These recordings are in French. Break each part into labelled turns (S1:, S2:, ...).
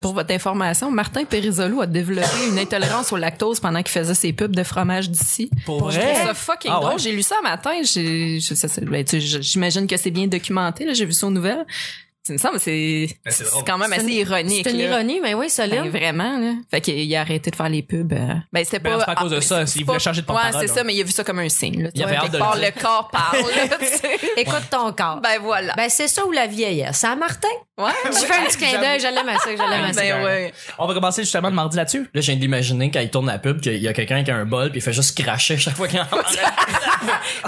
S1: Pour votre information, Martin Perisolo a développé une intolérance au lactose pendant qu'il faisait ses pubs de fromage d'ici.
S2: Pour
S1: Bon, Je
S2: vrai?
S1: trouve ça fucking
S2: Ah
S1: drôle.
S2: ouais?
S1: J'ai lu ça un matin. j'ai- je- ça- ça- ben, tu sais, J'imagine que c'est bien documenté. là. J'ai vu ça aux nouvelles. Ça me semble c'est
S3: Ben, c'est
S1: c'est
S3: drôle.
S1: quand même
S4: C'est
S1: assez
S4: une-
S1: ironique.
S4: C'est une
S1: là.
S4: ironie, mais oui,
S1: Ben,
S4: solide.
S1: vraiment, là. Fait qu'il il a arrêté de faire les pubs. euh. Ben, c'était
S2: Ben,
S1: pas.
S2: c'est pas à cause de
S1: ah,
S2: ça,
S1: c'est
S2: s'il
S1: pas-
S2: voulait changer de
S1: Ouais,
S2: pantalon,
S1: c'est
S2: là.
S1: ça, mais il a vu ça comme un signe, là. Tu
S2: Il
S1: vois,
S2: avait hâte de
S1: quelque part,
S2: le
S1: le
S2: dire.
S1: corps parle, là, tu sais.
S4: Écoute ton corps. Ben,
S1: Ben, voilà.
S4: c'est ça ou la vieillesse. À Martin.
S1: ouais.
S4: Je fais un petit clin d'œil, je l'aime à ça, je l'aime à ça.
S1: Ben, ouais.
S2: On va commencer justement le mardi là-dessus.
S3: Là, je viens de l'imaginer quand il tourne la pub, qu'il y a quelqu'un qui a un bol, puis il fait juste cracher chaque fois qu'il en mange.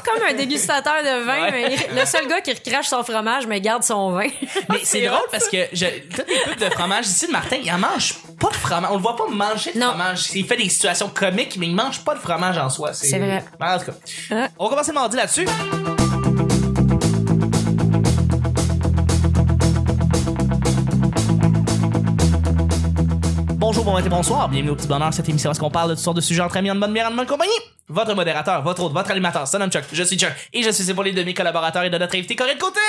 S4: Comme un dégustateur de vin, mais le seul gars qui recrache son fromage, mais garde son vin.
S2: Mais c'est drôle parce que je- toutes les pubs de fromage ici, de Martin, il en mange pas de fromage. On le voit pas manger de
S4: Non.
S2: fromage. Il fait des situations comiques, mais il mange pas de fromage en soi. Ben,
S4: C'est vrai. Ah.
S2: En tout cas, on va commencer le mardi là-dessus. Bonjour, bon matin, bonsoir. Bienvenue au petit bonheur. Cette émission, est-ce qu'on parle de toutes sortes de sujets entre amis, en bonne manière, en bonne compagnie? Votre modérateur, votre hôte, votre animateur, son nom Chuck. Je suis Chuck et je suis épaulé de mes collaborateurs et de notre invité Corinne Côté.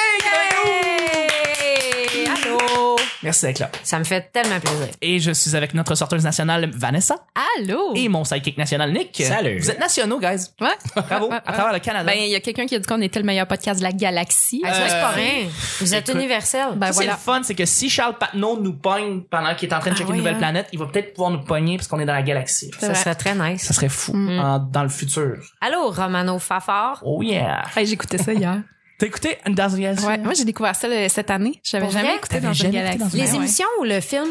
S4: Hey! Allô?
S2: Merci d'être là.
S4: Ça me fait tellement plaisir.
S2: Et je suis avec notre sorteuse nationale Vanessa
S1: Allô?
S2: et mon sidekick national Nick.
S3: Salut.
S2: Vous êtes nationaux, guys.
S1: Ouais.
S2: Bravo. À travers le Canada.
S1: Ben, il y a quelqu'un qui a dit qu'on était le meilleur podcast de la galaxie.
S4: Ah, ça, c'est pas rien. Vous êtes universel.
S1: Euh, Ben,
S2: Ça, c'est
S1: voilà.
S2: le fun, c'est que si Charles Patnaud nous pogne pendant qu'il est en train de checker
S1: oui,
S2: une nouvelle
S1: hein.
S2: planète, il va peut-être pouvoir nous pogner parce qu'on est dans la galaxie.
S1: C'est
S4: Ça
S1: vrai.
S4: serait très nice.
S2: Ça serait fou en- dans le futur.
S4: Allô, Romano Fafard.
S2: Oh yeah.
S1: Hey, j'écoutais ça hier.
S2: T'as écouté une dans
S1: Ouais. Moi, j'ai découvert ça le- cette année. J'avais
S4: Pour
S1: jamais
S4: vrai?
S1: écouté
S2: T'avais
S1: dans une
S2: jamais écouté
S1: galaxie.
S2: dans une
S4: Les
S1: Ben Ouais.
S4: émissions ou le film?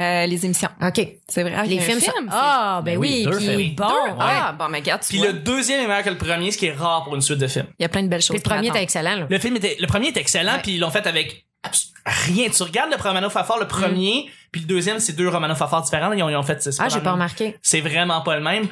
S1: Euh, les émissions.
S4: OK.
S1: C'est vrai. Ah, il y
S4: Les
S1: a un
S4: films. ça-
S1: film,
S4: Ah,
S3: Ben
S4: ben
S3: oui,
S4: oui,
S3: deux
S4: puis
S3: films.
S4: bon.
S1: c'est-
S4: Ah,
S1: Ah, bon, mais regarde, tu
S2: Puis
S1: vois.
S2: le deuxième est meilleur que le premier, ce qui est rare pour une suite de films.
S1: Il y a plein de belles choses.
S4: Puis le premier
S1: qui
S4: était
S1: m'attendent.
S4: excellent, là.
S2: Le film était, le premier est excellent,
S1: Ouais.
S2: puis ils l'ont fait avec abs- rien. Tu regardes le Romano Fafard, le premier, puis le deuxième, c'est deux Romano Fafard différents. Ils ont, ils ont fait. c'est
S4: Mm. Ah,
S2: dans
S4: j'ai
S2: le
S4: pas
S2: même-
S4: remarqué. Mm.
S2: C'est vraiment pas le même.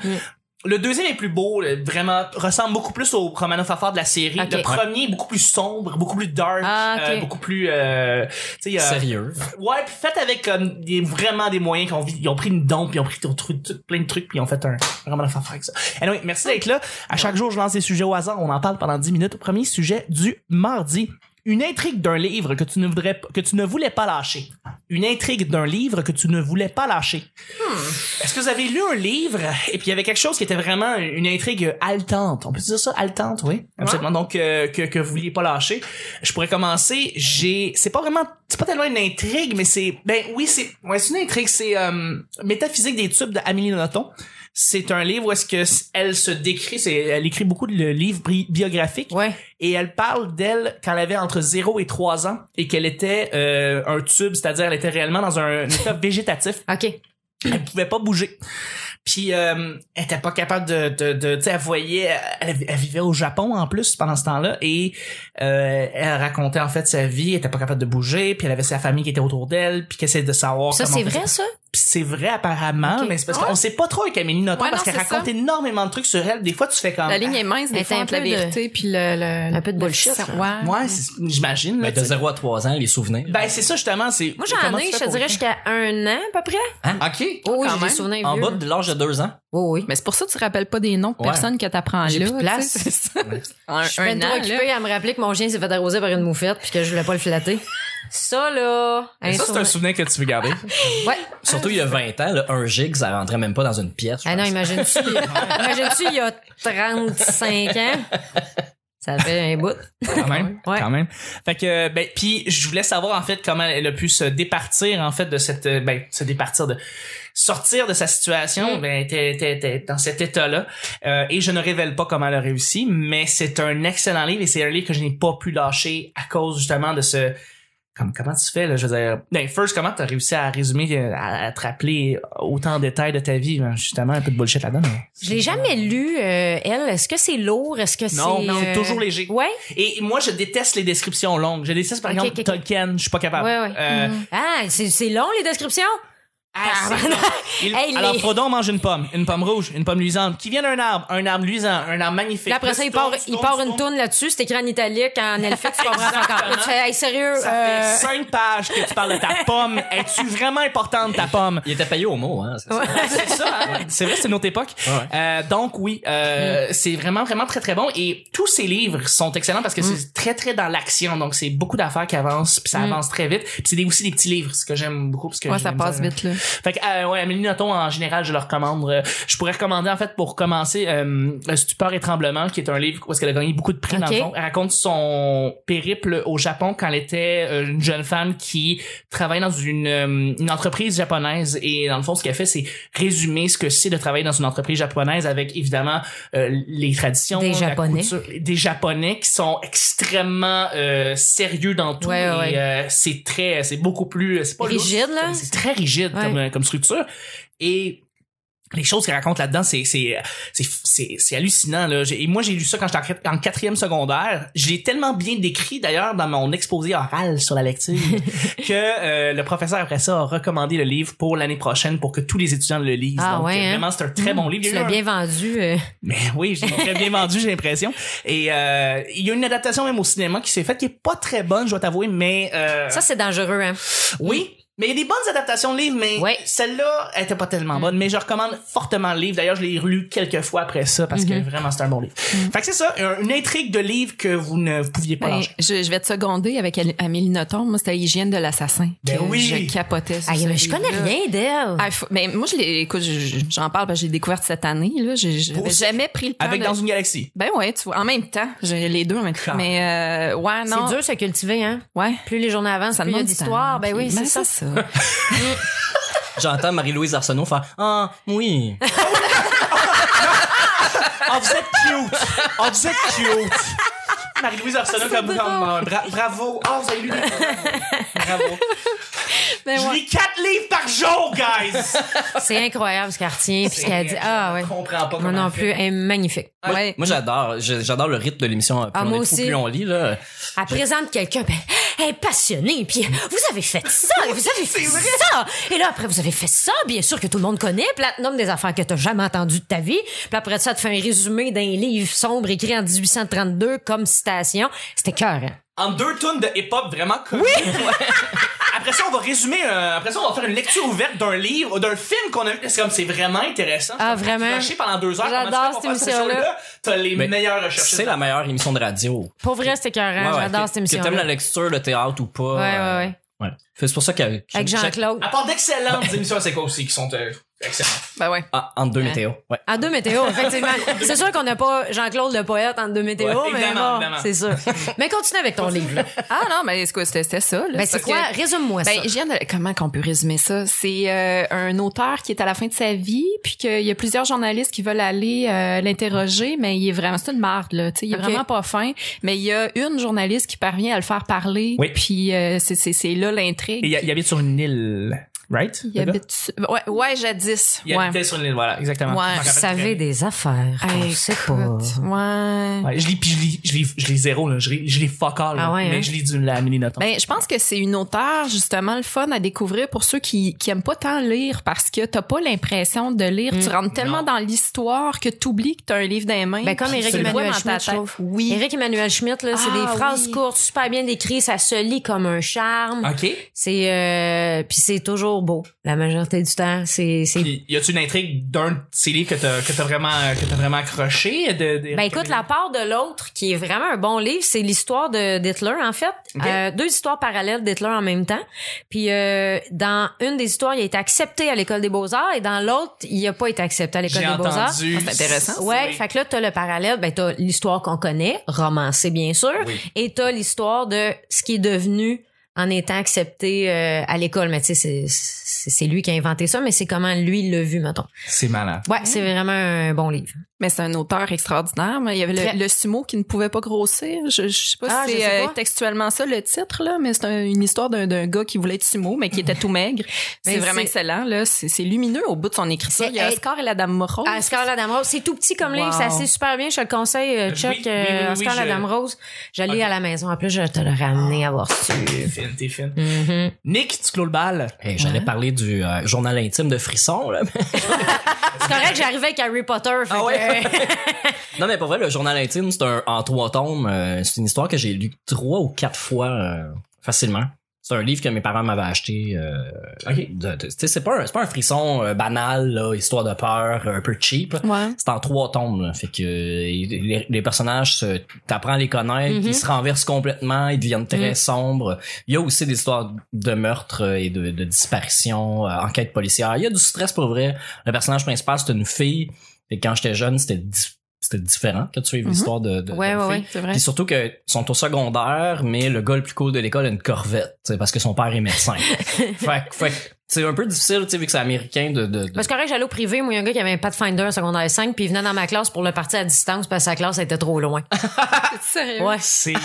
S2: Le deuxième est plus beau, là, vraiment ressemble beaucoup plus au Romano Fafard de la série.
S4: Ok.
S2: Le premier est beaucoup plus sombre, beaucoup plus dark,
S4: Ah, ok.
S2: euh, beaucoup plus euh, tu sais, euh,
S3: Sérieux.
S2: Ouais, puis fait avec comme des, vraiment des moyens qu'on vit. Ils ont pris une dompe, puis ils ont pris tout- tout- tout- plein de trucs, puis ils ont fait un Romano Fafard avec ça. Anyway, merci d'être là. À chaque jour, je lance des sujets au hasard. On en parle pendant 10 minutes. Premier sujet du mardi. Une intrigue d'un livre que tu ne voudrais que tu ne voulais pas lâcher. Une intrigue d'un livre que tu ne voulais pas lâcher. Est-ce que vous avez lu un livre et puis il y avait quelque chose qui était vraiment une intrigue haletante? On peut dire ça, haletante, oui. Absolument. Donc, euh, que, que vous vouliez pas lâcher. Je pourrais commencer. J'ai, c'est pas vraiment, c'est pas tellement une intrigue, mais c'est, ben oui, c'est, ouais, c'est une intrigue. C'est, euh, Métaphysique des tubes de Amélie Nothomb. C'est un livre où est-ce que s- elle se décrit, c'est, elle écrit beaucoup de livres bi- biographiques
S4: Ouais.
S2: et elle parle d'elle quand elle avait entre 0 et 3 ans et qu'elle était euh, un tube, c'est-à-dire elle était réellement dans un état végétatif
S4: OK.
S2: elle pouvait pas bouger. Puis euh, elle était pas capable de, de, de tu sais, elle voyait, elle, elle vivait au Japon en plus pendant ce temps-là et euh, elle racontait en fait sa vie, elle était pas capable de bouger, puis elle avait sa famille qui était autour d'elle, puis qu'elle essayait de savoir.
S4: Ça,
S2: comment
S4: c'est
S2: on faisait.
S4: vrai, ça?
S2: Puis c'est vrai apparemment,
S4: Ok.
S2: mais c'est parce
S1: Ah
S2: qu'on sait pas trop avec Amélie Nothomb
S1: Ouais,
S2: parce
S1: non,
S2: qu'elle
S1: c'est
S2: raconte
S1: ça.
S2: énormément de trucs sur elle. Des fois, tu fais comme
S1: La ligne est mince,
S4: Elle
S1: des fois,
S4: était un
S1: entre la
S4: peu de-
S1: vérité puis le, le-
S4: Un peu de
S1: le
S4: bullshit,
S1: fiction.
S2: Ah,
S1: Ouais.
S2: ouais, c'est- j'imagine. là,
S3: Ben, de
S2: tu-
S3: 0 à 3 ans, les souvenirs.
S2: Ben c'est ça justement, c'est.
S4: Moi, j'en
S2: comment tu
S4: ai,
S2: fais
S4: je te
S2: pour-
S4: dirais, jusqu'à un an, à peu
S3: OK.
S4: près. Oh, oui,
S1: Quand
S4: j'ai des
S1: même.
S4: souvenirs
S3: Hein? En
S4: vieux.
S3: bas de l'âge de 2 ans.
S4: Oh, oui.
S1: Mais c'est pour ça que tu rappelles pas des noms de
S3: Ouais.
S1: personnes que t'apprends là.
S4: J'ai plus
S1: tu
S4: de
S1: sais,
S4: place.
S1: c'est ça. Un,
S4: Je suis
S1: un
S4: bien trop
S1: an, là.
S4: occupée à me rappeler que mon chien s'est fait arroser par une moufette puis que je voulais pas le flatter. Ça, là.
S2: Mais Ça, c'est un souvenir que tu veux garder.
S4: souvenir. Ouais.
S3: Surtout il y a 20 ans, là, un gig, ça rentrait même pas dans une pièce. je
S4: Ah non,
S3: pense.
S4: imagine-tu, imagine-tu, il y a 35 ans. Ça fait un bout.
S2: quand même,
S4: Ouais.
S2: quand même. Fait que euh, ben puis je voulais savoir en fait comment elle a pu se départir en fait de cette euh, ben se départir de sortir de sa situation, ben elle était- était- était dans cet état-là Euh, et je ne révèle pas comment elle a réussi, mais c'est un excellent livre et c'est un livre que je n'ai pas pu lâcher à cause justement de ce comme comment tu fais là, je veux dire ben first comment tu as réussi à résumer euh, à, à te rappeler autant en détail de ta vie, Ben, justement un peu de bullshit là-dedans. mais-
S4: Je l'ai jamais lu, euh, elle. Est-ce que c'est lourd? Est-ce que c'est.
S2: Non, non,
S4: euh,
S2: toujours léger.
S4: Ouais?
S2: Et moi, je déteste les descriptions longues. Je déteste, par
S4: Ok, Mm.
S2: exemple,
S4: ok, ok.
S2: Tolkien. Je suis pas capable.
S4: Ouais, ouais.
S2: Euh,
S4: Ah, c'est c'est long, les descriptions?
S2: Il-
S4: Hey,
S2: alors,
S4: les-
S2: Frodon mange une pomme, une pomme rouge, une pomme luisante, qui vient d'un arbre, un arbre luisant, un arbre magnifique.
S4: Puis après
S2: Là,
S4: ça,
S2: tu
S4: il part,
S2: tournes, tu
S4: il
S2: tournes,
S4: part
S2: tu
S4: une
S2: tournes.
S4: tourne là-dessus, c'est écrit en italique, en helphique, tu comprends pas encore. Là, tu fais, hey, sérieux,
S2: Ça
S4: euh,
S2: fait cinq pages que tu parles de ta pomme. Es-tu vraiment importante, ta pomme?
S3: Il était payé au mot, hein. c'est ça.
S2: C'est ça, hein? C'est vrai, c'est notre époque.
S3: Ouais, ouais.
S2: Euh, donc oui, euh,
S4: Mm.
S2: c'est vraiment vraiment très très bon et tous ces livres sont excellents parce que
S4: Mm.
S2: c'est très très dans l'action donc c'est beaucoup d'affaires qui avancent puis ça avance très vite puis c'est des- aussi des petits livres ce que j'aime beaucoup parce que
S1: Ouais,
S2: je
S1: ça
S2: l'aime
S1: passe
S2: bien.
S1: vite, là.
S2: Fait que euh, ouais, Amélie Nothomb en général je le recommande. Euh, Je pourrais recommander en fait pour commencer euh, Stupeur et tremblement qui est un livre où est-ce qu'elle a gagné beaucoup de prix dans le
S4: Ok.
S2: fond. Elle raconte son périple au Japon quand elle était euh, une jeune femme qui travaille dans une, euh, une entreprise japonaise et dans le fond ce qu'elle fait c'est résumer ce que c'est de travailler dans une entreprise japonaise avec évidemment euh, les traditions
S4: Des
S2: la
S4: Japonais.
S2: couture, des japonais qui sont extrêmement euh, sérieux dans tout
S4: Ouais,
S2: et
S4: ouais.
S2: euh, c'est très c'est beaucoup plus euh, c'est pas lousse,
S4: Rigide, là.
S2: comme- c'est très rigide
S4: Ouais.
S2: comme, comme structure. Et les choses qu'elle raconte là-dedans, c'est, c'est, euh, c'est, c'est, c'est hallucinant. Là. J'ai- Et moi, j'ai lu ça quand j'étais en en quatrième secondaire. Je l'ai tellement bien décrit, d'ailleurs, dans mon exposé oral sur la lecture, que euh, le professeur, après ça, a recommandé le livre pour l'année prochaine pour que tous les étudiants le lisent.
S4: Ah
S2: Donc,
S4: ouais,
S2: euh,
S4: hein?
S2: vraiment, c'est un très bon livre. Il y
S4: tu
S2: a
S4: l'as
S2: eu un- Hein?
S4: bien vendu. euh.
S2: mais oui, j'ai très bien vendu, j'ai l'impression. Et euh, il y a une adaptation même au cinéma qui s'est faite qui est pas très bonne, je dois t'avouer, mais... euh,
S4: Ça, c'est dangereux, hein.
S2: oui. Mais il y a des bonnes adaptations de livres, mais
S4: Ouais.
S2: celle-là, elle était pas tellement bonne. Mais je recommande fortement le livre. D'ailleurs, je l'ai relu quelques fois après ça parce que vraiment, c'est un bon livre. Fait que c'est ça, un- une intrigue de livre que vous ne pouviez pas
S1: Ben,
S2: lâcher.
S1: je, je vais te seconder avec Al- Amélie Nothomb. Moi, c'était Hygiène de l'assassin.
S2: Ben
S1: que
S2: oui.
S1: Je capotais sur
S4: Aïe,
S1: ce
S4: mais je connais
S1: livre-là.
S4: rien d'elle.
S1: Ah, faut- mais moi, je l'ai, écoute, je- je- j'en parle parce que j'ai découvert cette année, là. J'ai, j'avais
S2: Aussi.
S1: jamais pris le temps.
S2: Avec
S1: de-
S2: Dans une galaxie.
S1: Ben ouais, tu vois, en même temps. J'ai les deux en même temps.
S2: Quand-
S1: Mais, euh, ouais, non.
S4: C'est dur de se cultiver, hein.
S1: Ouais.
S4: Plus les journées avancent,
S1: Ça
S4: plus il y a
S1: demande
S4: d'histoire.
S1: du temps.
S4: Ben oui,
S1: Puis-
S4: c'est
S1: ben,
S4: ça.
S3: J'entends Marie-Louise Arsenault faire Ah, oui.
S2: Ah, vous êtes cute! Ah, vous êtes cute! Marie-Louise Arsenault comme, comme euh, bra- bravo! Ah, vous avez lu des Bravo!
S1: Ben
S2: Je
S1: ouais.
S2: lis quatre livres par jour, guys!
S4: C'est incroyable ce qu'elle retient, puis ce qu'elle dit. Ah, ouais.
S2: Je comprends pas
S4: Moi
S2: comment
S4: non
S2: elle
S4: plus,
S2: fait.
S4: elle est magnifique.
S1: Ouais.
S3: Moi, j'adore. Je- J'adore le rythme de l'émission. euh, Plus
S4: Ah,
S3: on
S4: moi
S3: est fou,
S4: aussi.
S3: Plus on lit, là.
S4: Elle présente quelqu'un, ben, elle est passionnée, puis vous avez fait ça, et vous avez fait ça. Et là, après, vous avez fait ça, bien sûr que tout le monde connaît, platinum des affaires que t'as jamais entendues de ta vie. Puis après ça, elle te fait un résumé d'un livre sombre écrit en 1832 comme citation. C'était cœur, hein.
S2: En deux tonnes de hip-hop vraiment connu. Oui! après ça, on va résumer, euh, après ça, on va faire une lecture ouverte d'un livre, d'un film qu'on a vu. C'est comme, c'est vraiment intéressant.
S4: Ah,
S2: Je suis
S4: vraiment?
S2: flashé pendant deux heures.
S4: J'adore
S2: Comment tu fais pour
S4: cette
S2: faire
S4: émission-là.
S2: T'as les
S3: Mais
S2: meilleures recherches.
S3: C'est la meilleure émission de radio.
S4: Pour vrai, c'était cœur, hein.
S3: Ouais, ouais,
S4: Ah, J'adore
S3: que-
S4: cette émission.
S3: Que t'aimes la lecture, le théâtre ou pas.
S4: Ouais,
S3: euh,
S4: ouais,
S3: ouais. Fait, C'est pour ça qu'avec
S4: Avec Jean-Claude.
S2: À part d'excellentes émissions, c'est quoi aussi qui sont euh, excellentes?
S1: Ben ouais.
S3: Ah, entre deux météos. Ouais.
S4: En deux météos, effectivement. c'est sûr qu'on n'a pas Jean-Claude le poète en deux météos,
S2: Ouais,
S4: mais
S2: évidemment,
S4: bon,
S2: évidemment.
S4: c'est sûr. Mais continue avec ton livre. là.
S1: Ah, non, mais c'est quoi, c'était, c'était ça, là.
S4: Ben, c'est
S1: Parce
S4: quoi?
S1: que-
S4: Résume-moi ça.
S1: Ben, je viens de... Comment qu'on peut résumer ça? C'est euh, un auteur qui est à la fin de sa vie, puis qu'il y a plusieurs journalistes qui veulent aller euh, l'interroger, mais il est vraiment... C'est une marde, là. tu sais, Il est
S4: Ok.
S1: vraiment pas fin, mais il y a une journaliste qui parvient à le faire parler,
S2: Oui.
S1: puis euh, c'est, c'est, c'est là l'intrigue.
S2: habite sur une île, right?
S1: Il habite... Ouais, ouais, jadis.
S2: Il
S1: ouais.
S2: habitait sur une île, voilà, exactement.
S1: Ouais.
S2: Je m'en
S1: Vous
S4: Vous
S2: rappelle très
S4: savez
S2: bien.
S4: des affaires
S2: Ah,
S4: qu'on
S1: Écoute,
S4: sait pas.
S1: Ouais.
S2: Ouais, je lis, puis je lis, je lis, je lis zéro, là. Je lis, je lis fuck all, là.
S4: Ah ouais,
S2: mais
S4: hein?
S2: je lis du la mini noton.
S1: Ben, je pense que c'est une auteure, justement, le fun à découvrir pour ceux qui, qui aiment pas tant lire parce que t'as pas l'impression de lire. Tu rentres tellement dans l'histoire que t'oublies que t'as un livre dans les mains.
S4: Ben, comme
S1: puis
S4: Éric
S1: tu le vois
S4: Emmanuel
S1: dans ta
S4: Schmitt, je
S1: tête.
S4: trouve.
S1: Oui.
S4: Éric Emmanuel Schmitt, là, c'est
S1: Ah,
S4: des phrases
S1: oui.
S4: courtes, super bien décrites, ça se lit comme un charme.
S2: OK.
S4: C'est euh, puis c'est toujours beau. La majorité du temps, c'est c'est
S2: Puis, y a-tu une intrigue d'un de ces livres que t'as, que t'as vraiment, que t'as vraiment accroché? De, de-
S4: Ben écoute, la part de l'autre, qui est vraiment un bon livre, c'est l'histoire de d'Hitler, en fait.
S2: Ok.
S4: Euh, deux histoires parallèles d'Hitler en même temps. Puis euh, dans une des histoires, il a été accepté à l'école des beaux-arts et dans l'autre, il a pas été accepté à l'école
S2: J'ai
S4: des beaux-arts.
S2: entendu.
S1: Ah, c'est intéressant.
S4: Ouais,
S2: Oui.
S4: fait que là, t'as le parallèle, ben t'as l'histoire qu'on connaît, romancée bien sûr,
S3: Oui.
S4: et t'as l'histoire de ce qui est devenu en étant accepté euh, à l'école. Mais tu sais, c'est- c'est c'est lui qui a inventé ça, mais c'est comment lui l'a vu, mettons.
S2: C'est malade.
S4: Ouais, c'est vraiment un bon livre.
S1: Mais c'est un auteur extraordinaire. mais Il y avait
S4: Très.
S1: le, le sumo qui ne pouvait pas grossir. Je, je sais pas
S4: Ah,
S1: si
S4: je
S1: c'est
S4: sais
S1: euh,
S4: pas.
S1: textuellement ça le titre, là, mais c'est un- une histoire d'un, d'un gars qui voulait être sumo, mais qui était tout maigre.
S4: Mais
S1: c'est vraiment
S4: Ben, c'est-
S1: excellent. Là. C'est, c'est lumineux au bout de son écriture.
S4: C'est-
S1: Il y a
S4: hey.
S1: Oscar et la Dame
S2: Oh,
S1: Morose.
S4: Ah, Oscar la Dame Rose, c'est tout petit comme
S1: Wow.
S4: livre, ça c'est super bien, je te le conseille, euh,
S2: Oui,
S4: Chuck,
S2: oui, oui,
S4: euh,
S2: oui,
S4: Oscar
S2: je-
S4: la Dame Rose. Je l'ai
S2: Ok.
S4: à la maison, en plus je te l'aurais amené à voir si tu-
S2: Fais fine, t'es fine.
S4: Mhm.
S2: Nick, tu clôt le bal.
S3: Hey, Eh, J'allais
S4: Hein?
S3: parler du euh, journal intime de Frisson. Là.
S4: C'est correct, j'arrivais avec Harry Potter. fait
S2: Ah
S4: que-
S3: non, mais pour vrai, le journal intime, c'est un en trois tomes. euh, c'est une histoire que j'ai lue trois ou quatre fois euh, facilement. C'est un livre que mes parents m'avaient acheté. euh,
S2: Ok.
S3: de- de- tu sais, c'est pas, un- c'est pas un frisson euh, banal, là, histoire de peur, un peu cheap.
S1: Ouais.
S3: C'est en trois tomes, là. fait que euh, les, les personnages, se- t'apprends à les connaître,
S4: Mhm.
S3: ils se renversent complètement, ils deviennent très
S4: Mm.
S3: sombres. Il y a aussi des histoires de meurtres euh, et de, de disparitions, euh, enquête policière. Il y a du stress pour vrai. Le personnage principal, c'est une fille. Et quand j'étais jeune, c'était di- c'était différent que de suivre
S1: Mhm.
S3: l'histoire de, de,
S4: Mm-hmm. Ouais,
S3: d'une
S4: ouais,
S3: fille.
S4: ouais.
S1: C'est vrai.
S3: Puis surtout que sont au secondaire, mais le gars le plus cool de l'école a une corvette, tu sais, parce que son père est médecin. fait, que- fait que c'est un peu difficile, tu sais, vu que c'est américain de, de, de-
S4: Parce que correct, j'allais au privé, moi, il y a un gars qui avait un Pathfinder secondaire 5, puis il venait dans ma classe pour le partir à distance parce que sa classe était trop loin.
S1: Sérieux?
S4: Ouais.
S2: C'est.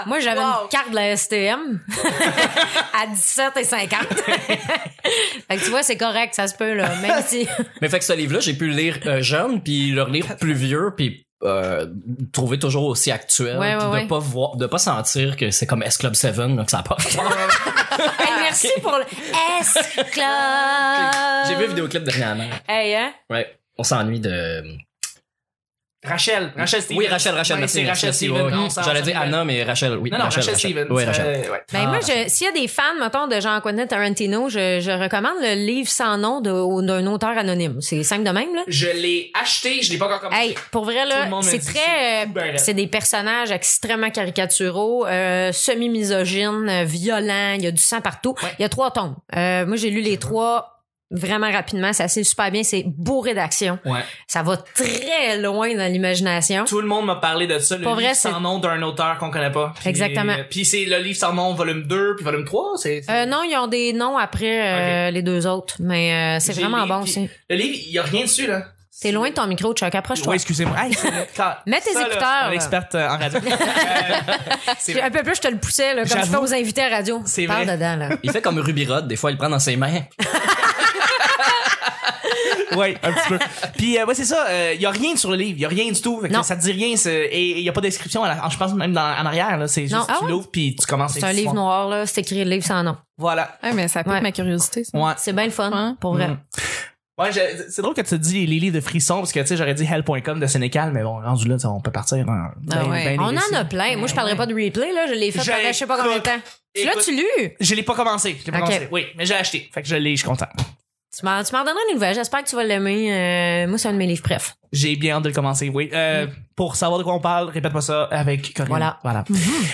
S3: Ah,
S4: Moi, j'avais
S1: Wow.
S4: une carte de la STM à 17 et 50. fait que tu vois, c'est correct, ça se peut, là. Même si.
S3: Mais fait que ce livre-là, j'ai pu le lire euh, jeune, puis le relire plus vieux, puis euh, trouver toujours aussi actuel,
S4: Ouais, ouais,
S3: puis de
S4: ouais.
S3: pas voir, de pas sentir que c'est comme S Club 7 là, que ça passe. Ah,
S4: Hey, merci pour le S-Club.
S3: j'ai vu le vidéoclip dernièrement.
S4: Hey, hein?
S3: Ouais, on s'ennuie de.
S2: Rachel, Rachel Stevens.
S3: Oui, Rachel, Rachel,
S2: Ouais,
S3: merci,
S2: c'est
S3: merci,
S2: Rachel
S3: merci,
S2: Stevens.
S3: ouais.
S2: Non, ça-
S3: J'allais
S2: ça
S3: dire
S2: s'appelle-
S3: Anna, mais Rachel, oui,
S2: Non, non, Rachel, Stevens.
S3: Oui, Rachel.
S2: Euh, ouais.
S4: Ben
S3: Ah,
S4: moi, je- s'il y a des fans, mettons, de Jean-Antoine Tarantino, je, je recommande le livre sans nom de- au- d'un auteur anonyme. C'est simple de même, là.
S2: Je l'ai acheté, je l'ai pas encore commencé.
S4: Hey, pour vrai,
S2: Tout
S4: là,
S2: le monde me
S4: c'est
S2: dit
S4: très.
S2: c'est
S4: euh,
S2: ben là.
S4: C'est des personnages extrêmement caricaturaux, euh, semi-misogynes, euh, violents, il y a du sang partout.
S2: Ouais.
S4: Il y a trois tomes. Euh, moi, j'ai lu les trois vraiment rapidement. Ça s'est super bien. C'est bourré d'action.
S2: Ouais.
S4: Ça va très loin dans l'imagination.
S2: Tout le monde m'a parlé de ça, le
S4: Pas
S2: livre
S4: vrai,
S2: sans
S4: c'est-
S2: nom d'un auteur qu'on connaît pas. Puis- euh,
S4: Exactement.
S2: Puis c'est le livre sans nom volume 2 puis volume 3, c'est c'est-
S4: Euh, non, ils ont des noms après euh, les deux autres, mais euh, c'est
S2: J'ai
S4: vraiment
S2: lu,
S4: bon.
S2: puis-
S4: C'est
S2: Le livre, il y a rien dessus là.
S4: t'es loin de ton micro, Chuck. Approche-toi.
S2: Oui, excusez-moi. Hey, c'est le- quand-
S4: Mets tes
S2: ça, là,
S4: écouteurs,
S2: un
S4: là.
S2: experte euh, en radio. Euh, c'est
S4: J'ai-
S2: vrai.
S4: un peu plus, je te le poussais, là, comme je
S2: J'avoue.
S4: fais aux invités à radio.
S2: C'est
S4: Parle
S2: vrai.
S4: dedans, là.
S3: Il fait comme Ruby Rod, des fois, il le prend dans ses mains.
S2: ouais, un petit peu. Puis euh, ouais, c'est ça, euh, il y a rien sur le livre, il y a rien du tout, Fait que
S4: Non.
S2: ça te dit rien c'est- et et il y a pas de description à la- je pense même dans, en arrière là, c'est juste
S4: Non. Ah
S2: tu
S4: ouais?
S2: l'ouvres puis tu commences
S4: C'est un livre
S2: non.
S4: noir, là. C'est écrit le livre sans nom.
S2: Voilà.
S1: Ouais, mais ça pique
S4: Ouais.
S1: ma curiosité. ça.
S2: Ouais.
S4: C'est bien le fun,
S1: Hein?
S4: pour vrai.
S2: Mm. Ouais, je- c'est drôle que tu dis les livres de frissons parce que tu sais j'aurais dit hell.com de Sénécal mais bon rendu là tu sais, on peut partir en-
S4: Ah
S2: ben-
S1: ouais.
S2: ben des
S4: On
S2: récits.
S4: en a plein. Moi, je parlerai pas de replay, là. Je l'ai fait
S2: J'ai-
S4: pendant je sais pas combien de temps. Tu l'as,
S2: Écoute-
S4: tu lu?
S2: Je l'ai pas commencé, je l'ai pas
S4: Ok.
S2: commencé. Oui, mais j'ai acheté. Fait que je l'ai, je suis content.
S4: Tu m'en, tu m'en donneras une nouvelle. J'espère que tu vas l'aimer. Euh, moi, c'est un de mes livres. Bref.
S2: J'ai bien hâte de le commencer, oui. Euh, Pour savoir de quoi on parle, répète pas ça avec Corinne.
S4: Mm. Voilà. Mm-hmm.
S2: voilà.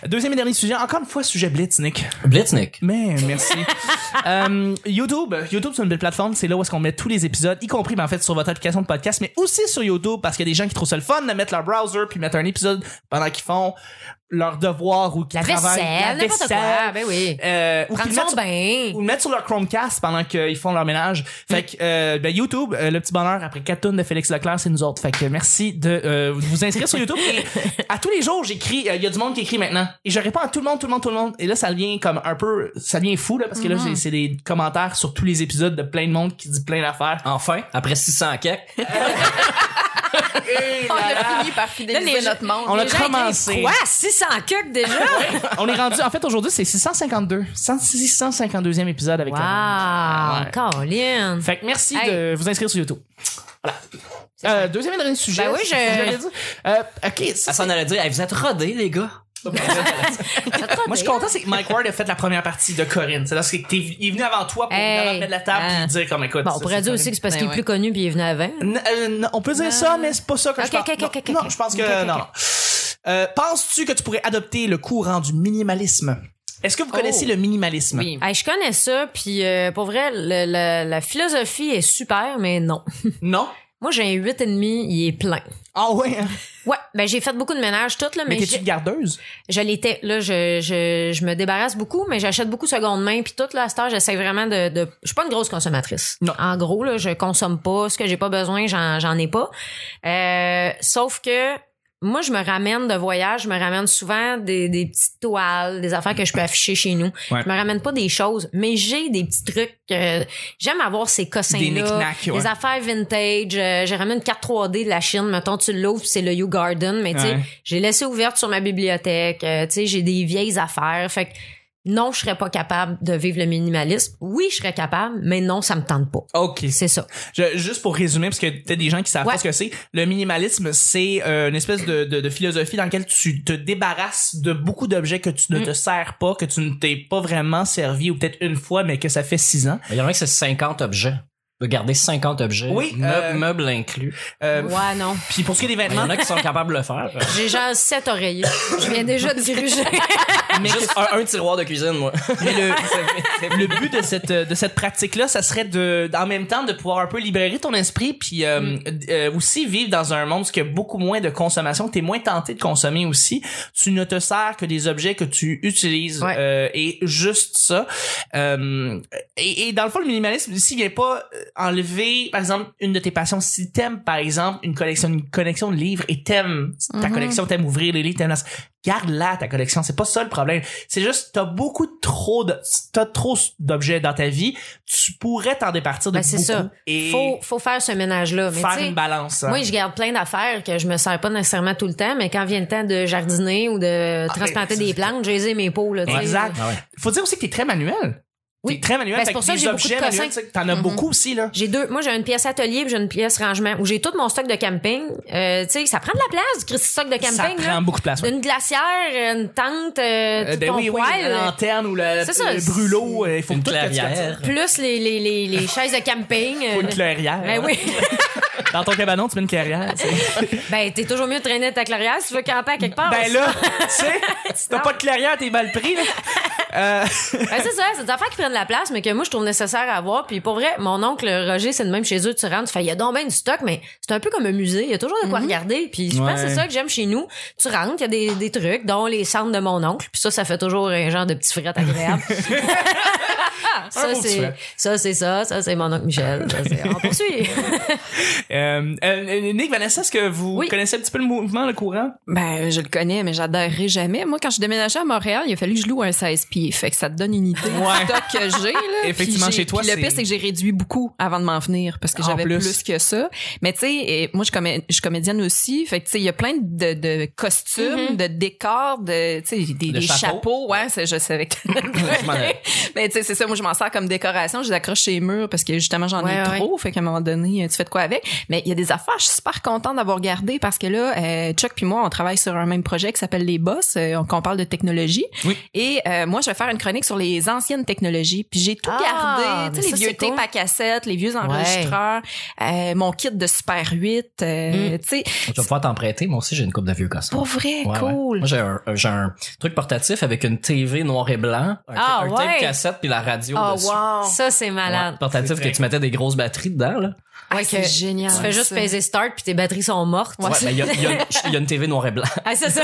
S2: Deuxième et dernier sujet, encore une fois, sujet blitz, Nick.
S3: Blitznik.
S2: Mais merci. Euh, YouTube, YouTube c'est une belle plateforme, c'est là où est-ce qu'on met tous les épisodes, y compris ben, en fait sur votre application de podcast, mais aussi sur YouTube parce qu'il y a des gens qui trouvent ça le fun de mettre leur browser puis mettre un épisode pendant qu'ils font leur devoir ou qu'ils
S4: La
S2: travaillent.
S4: vaisselle, n'importe quoi. Ben oui.
S2: Euh, ou
S4: Prendre
S2: qu'ils
S4: son
S2: mettent sur-
S4: bain.
S2: ou le mettre sur leur Chromecast pendant qu'ils font leur ménage. Fait que euh, ben, YouTube, euh, le petit bonheur après 4 tonnes de Félix Leclerc, c'est nous autres. Fait que merci de euh, vous inscrire sur YouTube. Et à tous les jours, j'écris. euh, Il y a du monde qui écrit maintenant et je réponds à tout le monde, tout le monde, tout le monde. Et là, ça devient comme un peu, ça devient fou là parce que là,
S4: Mhm.
S2: c'est- c'est des commentaires sur tous les épisodes de plein de monde qui dit plein d'affaires.
S3: Enfin, après 600 quelques.
S1: On a fini par fidéliser
S4: Là, les-
S1: notre monde.
S2: On a
S4: Les gens écrivent
S2: commencé.
S4: Quoi? 600 cucs déjà?
S2: On est rendu. En fait, aujourd'hui, c'est 652, 652e épisode avec. Corinne.
S4: Wow. Colin.
S2: Fait que merci
S4: Ah. Hey.
S2: de vous inscrire sur YouTube. Voilà. Euh, deuxième et dernier sujet.
S4: Ben oui,
S2: c'est
S4: je-
S2: ce que j'allais dire. Euh, ok,
S3: Ça
S2: ça,
S3: s'en allait dire, Hey, vous êtes rodés, les gars.
S2: Moi, je suis content, c'est que Mike Ward a fait la première partie de Corinne. C'est-à-dire que t'es- il est venu avant toi pour
S4: Hey.
S2: venir remettre la table
S4: Ah.
S2: et dire comme écoute.
S4: Bon,
S2: ça,
S4: on pourrait
S2: c'est
S4: dire aussi que
S2: Corinne.
S4: c'est parce
S1: Ben
S4: qu'il est
S1: ouais.
S4: plus connu puis il est venu avant.
S2: N- euh, non, on peut dire ça, mais c'est pas ça que
S4: Ok,
S2: je pense.
S4: ok, ok, ok,
S2: non,
S4: ok.
S2: non, je pense que
S4: Ok, ok,
S2: non.
S4: ok.
S2: non. Euh, Penses-tu que tu pourrais adopter le courant du minimalisme? Est-ce que
S4: Oh.
S2: vous connaissez le minimalisme?
S1: Oui.
S4: Hey, je connais ça, puis euh, pour vrai, le- la- la philosophie est super, mais non.
S2: Non?
S4: Moi, j'ai un 8,5, il est plein.
S2: Ah ouais? hein?
S4: Ouais, ben j'ai fait beaucoup de ménage tout là, mais,
S2: Mais t'es-tu
S4: je,
S2: une gardeuse?
S4: je l'étais là, je, je, je me débarrasse beaucoup, mais j'achète beaucoup seconde main puis tout là à cette heure, j'essaie vraiment de, de je suis pas une grosse consommatrice.
S2: Non.
S4: En gros là, je consomme pas ce que j'ai pas besoin, j'en j'en ai pas. Euh, sauf que moi, je me ramène de voyage, je me ramène souvent des, des petites toiles, des affaires que je peux afficher chez nous.
S2: Ouais.
S4: Je me ramène pas des choses, mais j'ai des petits trucs. euh, J'aime avoir ces cossins
S2: Des
S4: là,
S2: knick-knacks, ouais.
S4: des affaires vintage. euh, j'ai ramené une carte 3D de la Chine. Mettons, tu l'ouvres, puis c'est le You Garden. Mais tu sais,
S2: Ouais.
S4: j'ai laissé ouverte sur ma bibliothèque. euh, tu sais, j'ai des vieilles affaires. Fait que non, je serais pas capable de vivre le minimalisme. Oui, je serais capable, mais non, ça me tente pas.
S2: OK.
S4: C'est ça.
S2: Je- juste pour résumer, parce que peut-être des gens qui savent
S4: Ouais.
S2: pas ce que c'est, le minimalisme, c'est euh, une espèce de, de, de philosophie dans laquelle tu te débarrasses de beaucoup d'objets que tu ne
S4: Mm.
S2: te sers pas, que tu ne t'es pas vraiment servi, ou peut-être une fois, mais que ça fait six ans.
S3: Il y en a un que c'est 50 objets. Tu peux garder 50 objets.
S2: Oui,
S3: Meubles-
S2: euh,
S3: meubles inclus.
S2: Euh,
S4: Ouais, non.
S2: Puis pour ce qui est des
S3: Il y
S2: vêtements,
S3: en a qui sont capables de le faire.
S4: J'ai genre sept oreillers. Je viens déjà de diriger.
S2: mais,
S3: Juste un, un tiroir de cuisine, moi.
S2: mais le, le but de cette euh, de cette pratique là, ça serait de en même temps de pouvoir un peu libérer ton esprit, puis euh, euh, aussi vivre dans un monde où il y a beaucoup moins de consommation, t'es moins tenté de consommer aussi. Tu ne te sers que des objets que tu utilises
S4: Ouais.
S2: euh, et juste ça. Euh, et, et dans le fond, le minimalisme ici vient pas euh, enlever, par exemple, une de tes passions. Si t'aimes, par exemple, une collection, une collection de livres et t'aimes ta collection, t'aimes ouvrir les livres, t'aimes la- garde-la ta collection. C'est pas ça le problème. C'est juste t'as beaucoup trop de t'as trop d'objets dans ta vie. Tu pourrais t'en départir de
S4: Ben,
S2: beaucoup
S4: c'est ça.
S2: et
S4: Faut, faut faire ce ménage-là. Mais
S2: faire
S4: tu sais,
S2: une balance. hein.
S4: Moi, je garde plein d'affaires que je me sers pas nécessairement tout le temps, mais quand vient le temps de jardiner ou de transplanter
S2: ben,
S4: des plantes, j'ai les mes pots, là, tu sais.
S2: Exact.
S3: Ah ouais.
S2: Faut dire aussi que t'es très manuel.
S4: Oui.
S2: T'es très manuel.
S4: Ben, c'est
S2: Fait
S4: pour
S2: que
S4: ça que
S2: des
S4: j'ai beaucoup de
S2: objets
S4: cossins. Mm-hmm.
S2: manuels, tu sais, T'en as beaucoup aussi là.
S4: J'ai deux. Moi, j'ai une pièce atelier, puis j'ai une pièce rangement où j'ai tout mon stock de camping. Euh, tu sais, ça prend de la place, Christy stock de
S2: Ça
S4: camping.
S2: prend
S4: là.
S2: beaucoup de place. ouais.
S4: Une glacière, une tente, euh,
S2: Euh,
S4: tout
S2: ben
S4: ton
S2: oui, oui,
S4: poêle,
S2: la lanterne ou le,
S4: C'est ça,
S2: le
S4: c'est-
S2: brûlot, euh, il faut
S3: Une
S2: tout que tu fasses ça.
S3: clavière.
S4: plus les, les, les, les chaises de camping.
S2: Faut
S4: euh,
S2: une clairière.
S4: ben oui.
S2: Dans ton cabanon, tu mets une clairière. tu sais.
S4: ben, t'es toujours mieux de traîner ta clairière si tu veux camper à quelque part.
S2: Ben là, tu sais, si t'as pas de clairière, t'es mal pris. là. Euh,
S4: Ben, c'est ça, c'est des affaires qui prennent la place, mais que moi, je trouve nécessaire à avoir. Puis pour vrai, mon oncle Roger, c'est le même chez eux. Tu rentres, tu fais, il y a donc bien du stock, mais c'est un peu comme un musée. Il y a toujours de quoi regarder. Puis je pense que c'est
S3: Mhm. Ouais.
S4: ça que j'aime chez nous. Tu rentres, il y a des, des trucs, dont les cendres de mon oncle. Puis ça, ça fait toujours un genre de petit fret agréable.
S2: Un
S4: ça,
S2: beau petit
S4: c'est
S2: fret.
S4: ça, c'est ça. Ça, c'est mon oncle Michel. Ça, c'est- on poursuit.
S2: euh, euh, Nick, Vanessa, est-ce que vous
S1: Oui.
S2: connaissez un petit peu le mouvement, le courant?
S1: Ben, je le connais, mais j'adhérerai jamais. Moi, quand je déménageais à Montréal, il a fallu que je loue un 16 pieds. Fait que ça te donne une idée
S2: Ouais.
S1: du stock que j'ai. là.
S2: Effectivement,
S1: Puis j'ai-
S2: chez toi,
S1: puis le
S2: c'est-
S1: pire, c'est que j'ai réduit beaucoup avant de m'en venir parce que
S2: En
S1: j'avais
S2: plus.
S1: plus. que ça. Mais tu sais, et moi, je, commé- je suis comédienne aussi. Fait que tu sais, il y a plein de, de costumes, de décors, de, tu sais, des, des
S3: De chapeaux.
S1: chapeaux. Ouais, c'est- je savais que...
S3: Je m'en allais.
S1: Mais Ben, tu sais, c'est ça. Moi, je m'en sers comme décoration. Je les accroche chez les murs parce que justement, j'en
S4: Ouais,
S1: ai
S4: ouais.
S1: trop. Fait qu'à un moment donné, tu fais de quoi avec. Mais il y a des affaires, je suis super contente d'avoir gardé parce que là, euh, Chuck puis moi, on travaille sur un même projet qui s'appelle Les Boss, euh, qu'on parle de technologie.
S3: Oui.
S1: Et euh, moi, je vais faire une chronique sur les anciennes technologies. Puis j'ai tout
S4: Ah,
S1: gardé. Tu sais,
S4: mais ça,
S1: les
S4: c'est
S1: vieux tapes
S4: cool.
S1: à cassette, les vieux enregistreurs, euh, mon kit de Super 8. euh, Tu sais,
S3: Tu vas pouvoir t'en prêter. Moi aussi, j'ai une coupe de vieux cossins.
S1: pour vrai,
S3: Mm. Ouais, ouais.
S1: cool.
S3: Moi, j'ai un, un- j'ai un truc portatif avec une TV noir et blanc, un,
S4: Ah,
S3: un tape
S4: ouais.
S3: cassette puis la radio
S4: Ah,
S1: Ah,
S3: dessus.
S4: ça, c'est malade.
S3: Ouais, portatif
S2: C'est
S3: que
S2: vrai.
S3: tu mettais des grosses batteries dedans. Là.
S1: Ah,
S4: Ouais,
S1: c'est
S4: que
S1: génial.
S4: Tu fais juste
S1: ça.
S4: peser start puis tes batteries sont mortes.
S1: Ouais,
S3: Ouais, ben, il y, a- il y a- il y a une TV noir et blanc.
S4: Ah, c'est ça.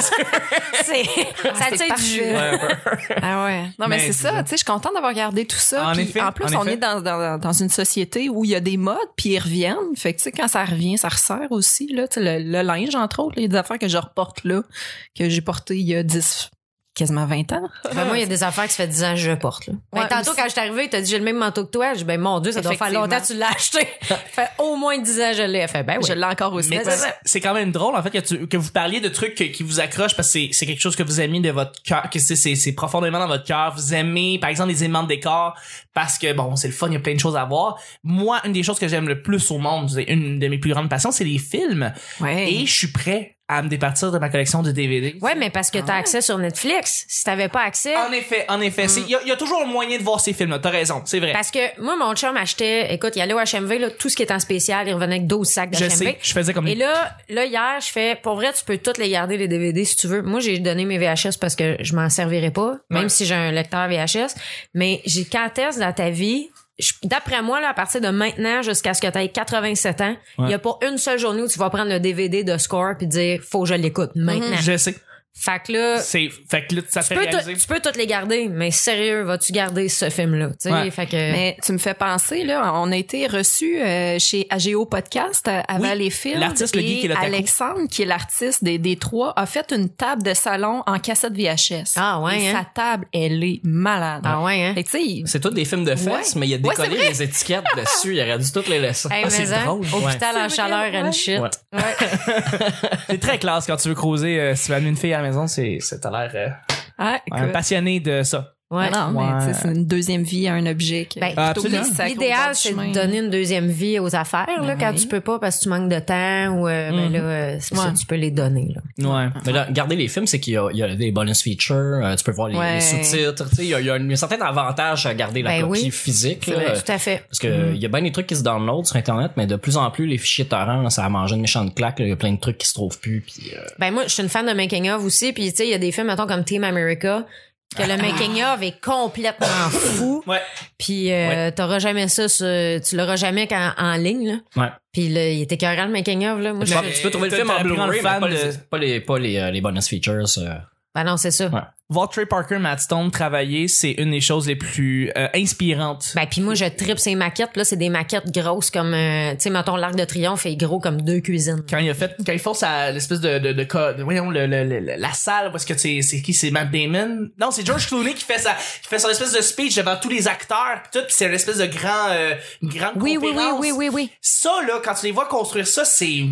S4: C'est, ça
S1: c'est
S4: tire du jus.
S1: parfait. Ah ouais. Non, mais,
S2: Mais
S1: c'est
S2: c'est ça.
S1: ça. Tu sais, je suis contente d'avoir gardé tout ça.
S2: En
S1: Puis,
S2: effet,
S1: En plus,
S2: en
S1: on
S2: effet.
S1: est dans, dans, dans une société où il y a des modes, puis ils reviennent. Fait que, tu sais, quand ça revient, ça resserre aussi, là. Tu sais, le, le linge, entre autres, là, il y a des affaires que je reporte là, que j'ai portées il y a 10, quasiment 20 ans.
S4: Ben, moi, il y a
S2: Euh,
S4: des affaires que ça fait 10 ans que je porte. Là. Ben,
S1: Ouais,
S4: tantôt,
S1: aussi.
S4: quand je suis arrivée, t'as dit j'ai le même manteau que toi. J'ai dit, ben mon Dieu, ça doit faire
S1: Effectivement.
S4: longtemps que tu l'as acheté. ça fait au moins 10 ans que je l'ai. Elle fait, ben oui.
S1: Je l'ai encore aussi.
S2: Mais
S4: c'est ça.
S2: c'est quand même drôle en fait que, tu- que vous parliez de trucs que- qui vous accrochent parce que c'est- c'est quelque chose que vous aimez de votre cœur, que c'est- c'est c'est profondément dans votre cœur. Vous aimez par exemple les éléments de décor parce que bon c'est le fun, il y a plein de choses à voir. Moi une des choses que j'aime le plus au monde, c'est une de mes plus grandes passions, c'est les films
S1: Ouais.
S2: et je suis prêt à me départir de ma collection de DVD.
S4: Ouais, mais parce que t'as accès sur Netflix. Si t'avais pas accès.
S2: Ah. En effet, en effet, c'est- il y, a- il y a toujours un moyen de voir ces films. là T'as raison, c'est vrai.
S4: Mm. Parce que moi, mon chum achetait, écoute, il allait au HMV, là, tout ce qui était en spécial, il revenait avec 12 sacs
S2: Je
S4: d'HMV.
S2: sais, je faisais comme
S4: Et là, là, hier, je fais, pour vrai, tu peux toutes les garder, les DVD, si tu veux. Moi, j'ai donné mes VHS parce que je m'en servirai pas, même
S2: Ouais.
S4: si j'ai un lecteur VHS. Mais j'ai quand est-ce dans ta vie, je- d'après moi, là, à partir de maintenant jusqu'à ce que tu aies 87 ans, il y a pas une seule journée où tu vas prendre le DVD de score puis dire, faut que je l'écoute maintenant.
S2: Mhm. je sais.
S4: Fait que là,
S2: C'est fait que là ça
S4: tu
S2: fait
S4: peux, tout-
S2: réaliser.
S4: tu peux toutes les garder, mais sérieux, vas-tu garder ce film-là? Tu sais,
S2: Ouais.
S4: fait que.
S1: Mais tu me fais penser, là, on a été reçus euh, chez AGO Podcast euh, à
S2: Oui,
S1: les Films.
S2: l'artiste, le geek et
S1: et
S2: le taco.
S1: Alexandre, qui est l'artiste des, des trois, a fait une table de salon en cassette VHS.
S4: Ah ouais,
S1: Et
S4: hein?
S1: sa table, elle est malade.
S4: ah ouais, hein?
S1: Fait que, tu sais, il-
S3: C'est tous des films de fesses, mais il y a
S1: Ouais, c'est
S3: décollé les étiquettes dessus. Il aurait dû toutes les laisser.
S4: Hey,
S3: Ah, c'est
S4: mais hein,
S3: drôle. Ouais.
S4: Hôpital en
S1: C'est
S4: chaleur
S1: vrai,
S4: and
S1: ouais.
S4: shit.
S3: Ouais.
S2: C'est très classe quand tu veux creuser. euh, si tu as une fille à la maison, c'est c'est- t'as l'air euh,
S1: Ah,
S2: un
S1: écoute.
S2: passionné de ça.
S4: Ouais.
S1: Non,
S2: Ouais.
S1: mais tu sais, c'est une deuxième vie à un objet. que-
S4: Ben,
S2: Ah,
S1: plutôt
S2: absolument.
S1: que ça court dans
S4: L'idéal,
S1: le
S4: c'est
S1: chemin.
S4: de donner une deuxième vie aux affaires là,
S1: Ben
S4: quand
S1: oui.
S4: tu peux pas parce que tu manques de temps ou euh, ben
S2: Mhm.
S4: là, euh, c'est
S1: Ouais.
S4: ça, tu peux les donner. Là.
S2: Ouais.
S3: Mais là, regarder les films, c'est qu'il y a, il y a des bonus features, euh, tu peux voir les, les
S1: Ouais.
S3: sous-titres, tu sais, il y a, il y a un certain avantage à garder la
S4: Ben
S3: copie
S4: oui.
S3: physique.
S4: C'est
S3: là.
S4: vrai, tout à fait.
S3: Parce que il y a bien des trucs qui se downloadent sur internet, mais de plus en plus les fichiers torrents, là, ça a mangé une méchante claque. là. Il y a plein de trucs qui se trouvent plus. Puis euh,
S4: Ben moi, je suis une fan de making of aussi, puis tu sais, il y a des films mettons comme Team America que le making of est complètement fou.
S2: Ouais.
S4: Puis euh, t'auras jamais ça, sur- tu l'auras jamais qu'en en ligne là.
S3: Ouais.
S4: Puis là, il était carrément le making of là. Moi,
S3: tu,
S4: je-
S3: vas- tu peux trouver le
S2: t'as-
S3: film en
S2: t'as appris
S3: Blu-ray,
S2: un
S3: mais pas,
S2: fan
S3: les,
S2: de-
S3: pas les pas les, euh, les bonus features. euh.
S4: Ben non, c'est ça.
S3: Ouais.
S2: Voir Trey Parker, Matt Stone travailler, c'est une des choses les plus euh, inspirantes.
S4: Ben puis moi, je tripe ces maquettes là, c'est des maquettes grosses comme, euh, tu sais, mettons l'arc de triomphe est gros comme deux cuisines.
S2: quand il a fait quand il force à l'espèce de de, de, co- de- voyons le, le- le- la salle parce que c'est c'est qui c'est Matt Damon non c'est George Clooney qui fait sa qui fait son espèce de speech devant tous les acteurs pis tout pis c'est une espèce de grand euh, une grande
S4: Oui, oui, oui,
S2: conférence.
S4: oui, oui, oui.
S2: ça là quand tu les vois construire ça c'est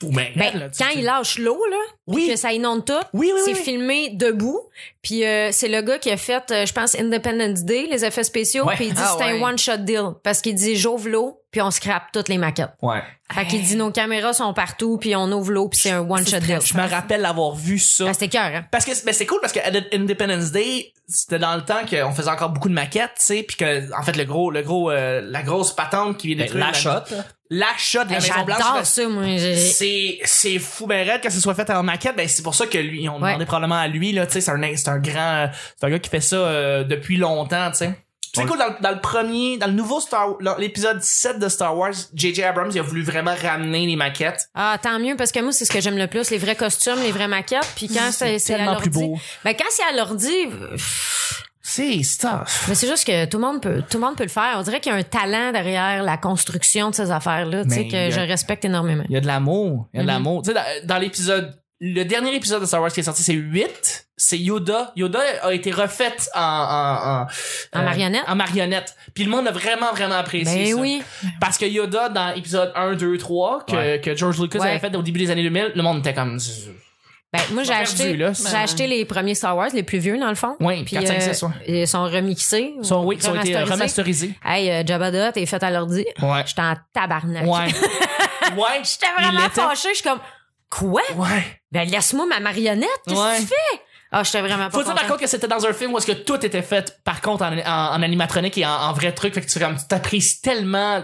S2: fou mais
S4: Ben, quand il lâche l'eau, là,
S2: Oui.
S4: puis que ça inonde tout,
S2: Oui, oui,
S4: c'est
S2: oui.
S4: filmé debout. Puis euh, c'est le gars qui a fait, euh, je pense, Independence Day, les effets spéciaux.
S3: Ouais.
S4: Puis il dit
S1: Ah,
S4: c'est
S1: ouais.
S4: un one-shot deal. Parce qu'il dit j'ouvre l'eau, puis on scrape toutes les maquettes.
S3: Ouais.
S4: Fait qu'il dit nos caméras sont partout, puis on ouvre l'eau, puis c'est un one-shot deal.
S2: je me rappelle l'avoir vu ça
S4: Ah, C'était cœur, hein?
S2: Parce que ben c'est cool parce que Ad- Independence Day c'était dans le temps qu'on faisait encore beaucoup de maquettes tu sais puis que en fait le gros le gros euh, la grosse patente qui vient
S3: Ben,
S2: détruire
S3: la shot.
S2: la shot de la
S4: Hey,
S2: Maison
S4: Ben,
S2: Blanche ben,
S4: J'adore ça, moi. j'ai-
S2: c'est c'est fou ben raide que ce soit fait en maquette ben c'est pour ça que lui on
S4: Ouais.
S2: demandait probablement à lui là tu sais c'est un c'est un grand c'est un gars qui fait ça euh, depuis longtemps tu sais c'est
S3: Ouais.
S2: cool dans, le- dans le premier dans le nouveau Star dans l'épisode 7 de Star Wars JJ Abrams il a voulu vraiment ramener les maquettes
S4: Ah, tant mieux, parce que moi, c'est ce que j'aime le plus, les vrais costumes, les vraies maquettes. Puis quand c'est c'est à
S2: tellement plus
S4: l'ordi...
S2: beau
S4: Ben, quand c'est à l'ordi,
S2: c'est stuff
S4: Mais c'est juste que tout le monde peut, tout le monde peut le faire. On dirait qu'il y a un talent derrière la construction de ces affaires-là, tu sais,
S2: Mais
S4: que
S2: Ben, il y a-
S4: je respecte énormément.
S2: il y a de l'amour il y a de
S4: Mhm.
S2: l'amour tu sais dans, dans l'épisode le dernier épisode de Star Wars qui est sorti c'est 8 c'est Yoda Yoda a été refaite en en, euh,
S4: En marionnette?
S2: en marionnette puis le monde a vraiment vraiment apprécié
S4: Ben
S2: ça.
S4: oui.
S2: Parce que Yoda, dans épisode 1, 2, 3, que,
S3: Ouais.
S2: que George Lucas
S4: Ouais.
S2: avait fait au début des années 2000, le monde était comme.
S4: Ben, moi, j'ai
S2: Pas
S4: acheté,
S2: perdu, là.
S4: j'ai
S2: Ben-
S4: acheté les premiers Star Wars, les plus vieux, dans le fond. euh,
S2: Oui, 4, 5, 6, ouais.
S4: Ils sont remixés.
S2: Ils sont, oui, ils ont été
S4: remasterisés.
S2: remasterisés.
S4: Hey, euh, Jabba the Hutt est fait à l'ordi.
S2: Ouais.
S4: J'étais en tabarnak.
S2: Ouais. ouais.
S4: J'étais vraiment
S2: Il l'était.
S4: fâchée. Je suis comme, quoi?
S2: Ouais.
S4: Ben, laisse-moi ma marionnette. Qu'est-ce
S2: Ouais.
S4: que tu fais? Ah, j'étais vraiment pas
S2: Faut dire par
S4: contente.
S2: contre que c'était dans un film où est-ce que tout était fait, par contre, en, en, en animatronique et en, en vrai truc. Fait que tu fais comme, tu t'apprécies tellement,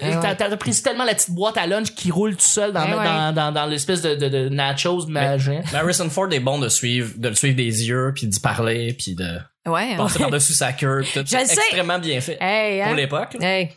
S4: Eh
S2: euh,
S4: ouais.
S2: t'a- t'apprécies tellement la petite boîte à lunch qui roule tout seul dans,
S4: Eh
S2: dans,
S4: ouais.
S2: dans, dans, l'espèce de, de, de nachos magin.
S3: Mais Harrison Ford est bon de suivre, de le suivre des yeux, puis d'y parler, puis de
S1: Ouais.
S3: passer par-dessus sa queue. puis tout.
S4: Je le
S3: C'est
S4: sais.
S3: extrêmement bien fait
S4: Hey,
S3: pour
S4: hein?
S3: l'époque. là.
S4: Hey.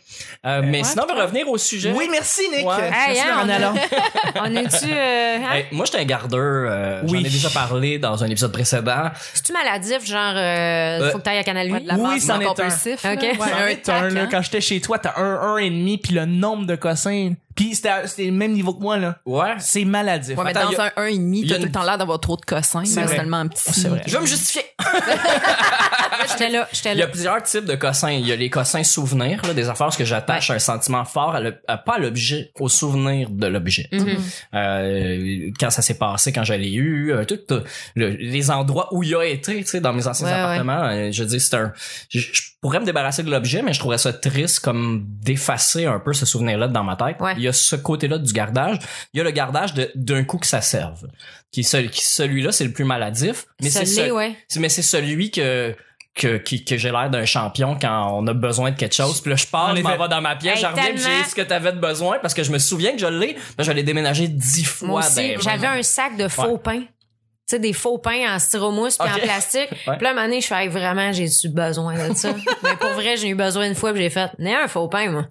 S3: Euh, mais
S1: ouais,
S3: sinon, on va revenir au sujet.
S2: Oui, merci, Nick.
S3: Ouais.
S2: Merci,
S4: Hey, hein, on,
S2: Lorraine Allard.
S4: a- on est-tu, euh, hein?
S3: Hey, moi, j'étais un gardeur. euh,
S2: Oui.
S3: J'en ai déjà parlé dans un épisode précédent.
S4: C'est-tu maladif, genre, euh,
S3: Euh,
S4: faut que t'ailles à Canal 8?
S1: Ouais, de la
S2: Oui,
S1: oui,
S2: c'en est un.
S1: compulsif. là.
S4: Ok.
S1: Ouais,
S4: C'en
S2: J'en ai
S1: un
S2: un,
S1: tac,
S2: là,
S1: hein.
S2: quand j'étais chez toi, t'as un, un et demi, puis le nombre de cossins. Puis c'était c'était le même niveau que moi, là.
S3: Ouais.
S2: C'est maladif.
S1: Ouais, mais
S3: Attends, y
S1: dans
S3: a-
S1: un 1,5,
S3: y a
S1: t'as
S3: une-
S1: tout le temps l'air d'avoir trop de cossins.
S2: C'est
S1: là,
S2: vrai.
S1: C'est tellement un petit.
S2: C'est vrai.
S3: Je vais me justifier.
S4: Ah, J'étais là, j'étais
S3: Il y a
S4: là.
S3: plusieurs types de cossins. Il y a les cossins souvenirs, là, des affaires que j'attache un sentiment fort à le- à- pas à l'objet, au souvenir de l'objet.
S4: Mhm.
S3: Euh, quand ça s'est passé, quand je l'ai eu, euh, tout euh, le- les endroits où il a été, tu sais, dans mes anciens
S4: Ouais,
S3: appartements. euh, je dis, c'est un. Je, je pourrais me débarrasser de l'objet, mais je trouverais ça triste comme d'effacer un peu ce souvenir-là dans ma tête.
S4: Ouais.
S3: Il y a ce côté-là du gardage. Il y a le gardage de- d'un coup que ça serve. Qui, seul- qui- celui-là, c'est le plus maladif. Mais c'est
S4: Isolé,
S3: ce-
S4: ouais.
S3: c'est- mais c'est celui que que, qui- que j'ai l'air d'un champion quand on a besoin de quelque chose. Puis là, je
S2: On
S3: pars, je
S2: est
S3: m'en
S2: fait-
S3: vais dans ma pièce,
S4: Hey,
S3: je reviens, puis
S4: tellement.
S3: j'ai ce que t'avais de besoin parce que je me souviens que je l'ai. Là, je l'ai déménagé dix fois.
S4: Moi aussi,
S3: ben,
S4: j'avais un sac de faux
S3: Ouais.
S4: pains. Tu sais, des faux pains en styromousse puis
S3: Ok.
S4: en plastique.
S3: Ouais.
S4: Puis là, à un moment donné, je fais, Hey, vraiment, j'ai eu besoin de ça. Mais pour vrai, j'ai eu besoin une fois, puis j'ai fait, n'ai un faux pain, moi.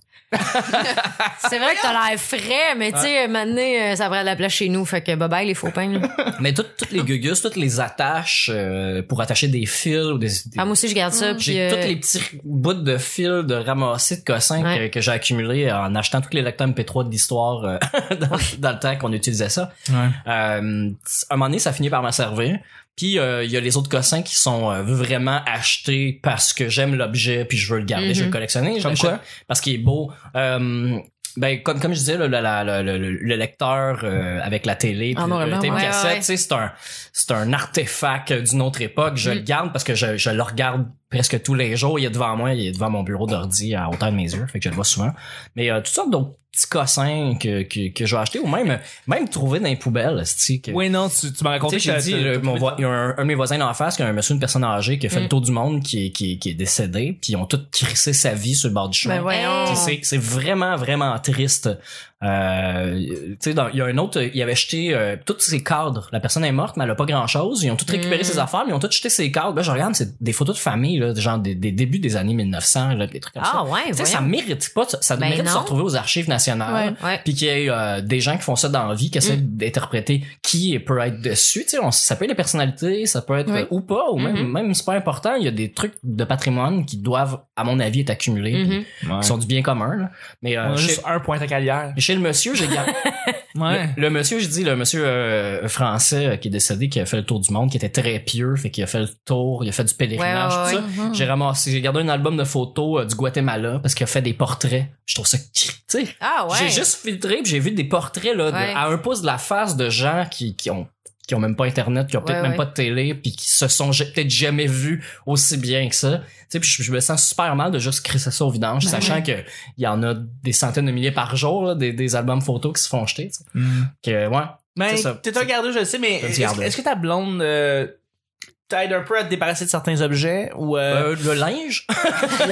S4: c'est vrai que t'as l'air frais, mais tu sais, à un moment donné, euh, ça prend de la place chez nous. Fait que bye bye, les faux pains, là.
S3: Mais toutes toutes les gugus, toutes les attaches euh, pour attacher des fils ou des. des-
S4: Ah, moi aussi, je garde ça. puis,
S3: j'ai
S4: euh,
S3: tous les petits bouts de fils de ramasser de cossins
S4: Ouais.
S3: que, que j'ai accumulés en achetant tous les lecteurs MP3 de l'histoire euh, dans, dans le temps qu'on utilisait ça. Euh, à un moment donné, ça finit par me servir. Puis euh, il y a les autres cossins qui sont euh, vraiment achetés parce que j'aime l'objet puis je veux le garder,
S4: Mhm.
S3: je veux le collectionner. Je
S2: Comme
S3: l'achète
S2: quoi?
S3: Parce qu'il est beau. Euh, Ben, comme, comme je disais, le, la- la- la- le- le- le lecteur euh, avec la télé,
S2: Ah,
S3: puis
S1: En noir et
S3: le
S1: blanc,
S3: tape
S4: ouais.
S3: cassette,
S4: Ouais, ouais.
S3: tu sais, c'est un, c'est un artefact d'une autre époque.
S2: Mm.
S3: Je le garde parce que je, je le regarde presque tous les jours. Il est devant moi, il est devant mon bureau d'ordi à hauteur de mes yeux, fait que je le vois souvent. Mais euh, toutes sortes d'autres petits cossins que, que, que je vais acheter ou même, même trouver dans les poubelles, c'est-tu que-
S2: Oui, non, tu, tu m'as raconté
S3: tu sais,
S2: que
S3: j'ai
S2: t'as- Mm.
S3: dit,
S2: t'as-
S3: le- mon voi- il y a un, un de mes voisins d'en face, qui est un monsieur, une personne âgée, qui a fait le tour du monde, qui est, qui, est- qui est décédé, puis ils ont tous crissé sa vie sur le bord du chemin.
S1: Ben voyons.
S4: Ah.
S3: Puis c'est- C'est vraiment, vraiment triste. Euh, tu sais, dans- il y a un autre, il avait jeté euh, tous ses cadres. La personne est morte, mais elle a pas grand-chose. Ils ont tout récupéré
S4: Mm.
S3: ses affaires, mais ils ont tout jeté ses cadres. Là, je regarde, c'est des photos de famille, là, genre des, des débuts des années 1900, là, des trucs comme ça.
S4: Ah ouais,
S3: Tu sais,
S4: voyons.
S3: ça mérite pas, ça
S4: Ben
S3: mérite de se
S4: non.
S3: retrouver aux archives nationales.
S4: Ouais. Mm.
S3: Puis qu'il y ait euh, des gens qui font ça dans la vie, qui essaient d'interpréter qui peut être dessus. Tu sais, on- ça peut être la personnalité, ça peut être
S1: Oui.
S3: euh, ou pas, ou même,
S4: Mhm.
S3: même c'est pas important. Il y a des trucs de patrimoine qui doivent, à mon avis, être accumulés. puis
S4: Mhm.
S2: Ouais.
S3: qui sont du bien commun. Là. Mais euh,
S2: On a
S3: chez,
S2: juste un point à carrière.
S3: chez le monsieur, j'ai gardé.
S2: Ouais.
S3: Le, le monsieur, je dis, le monsieur euh, français euh, qui est décédé, qui a fait le tour du monde, qui était très pieux, fait qu'il a fait le tour, il a fait du pèlerinage,
S4: Ouais, ouais,
S3: tout ça.
S4: ouais.
S3: J'ai ramassé, j'ai gardé un album de photos euh, du Guatemala parce qu'il a fait des portraits. Je trouve ça, tu sais,
S4: Ah ouais.
S3: j'ai juste filtré, puis j'ai vu des portraits là, de-
S4: Ouais.
S3: à un pouce de la face de gens qui, qui ont qui ont même pas internet, qui ont peut-être
S4: Ouais,
S3: même
S4: ouais.
S3: pas de télé, puis qui se sont j- peut-être jamais vus aussi bien que ça. Tu sais, puis je, je me sens super mal de juste crisser ça au vidange,
S1: Ben
S3: sachant que il y en a des centaines de milliers par jour là, des, des albums photos qui se font jeter. tu sais.
S2: Mm.
S3: Que ouais,
S2: Mais
S3: C'est ça.
S2: Ben, t'es un gardeux, je le sais, mais
S3: T'es un
S2: est-ce
S3: petit gardeux.
S2: est-ce que ta blonde euh, t'aide un peu à te débarrasser de certains objets ou euh,
S3: Euh, le linge,
S2: ouais.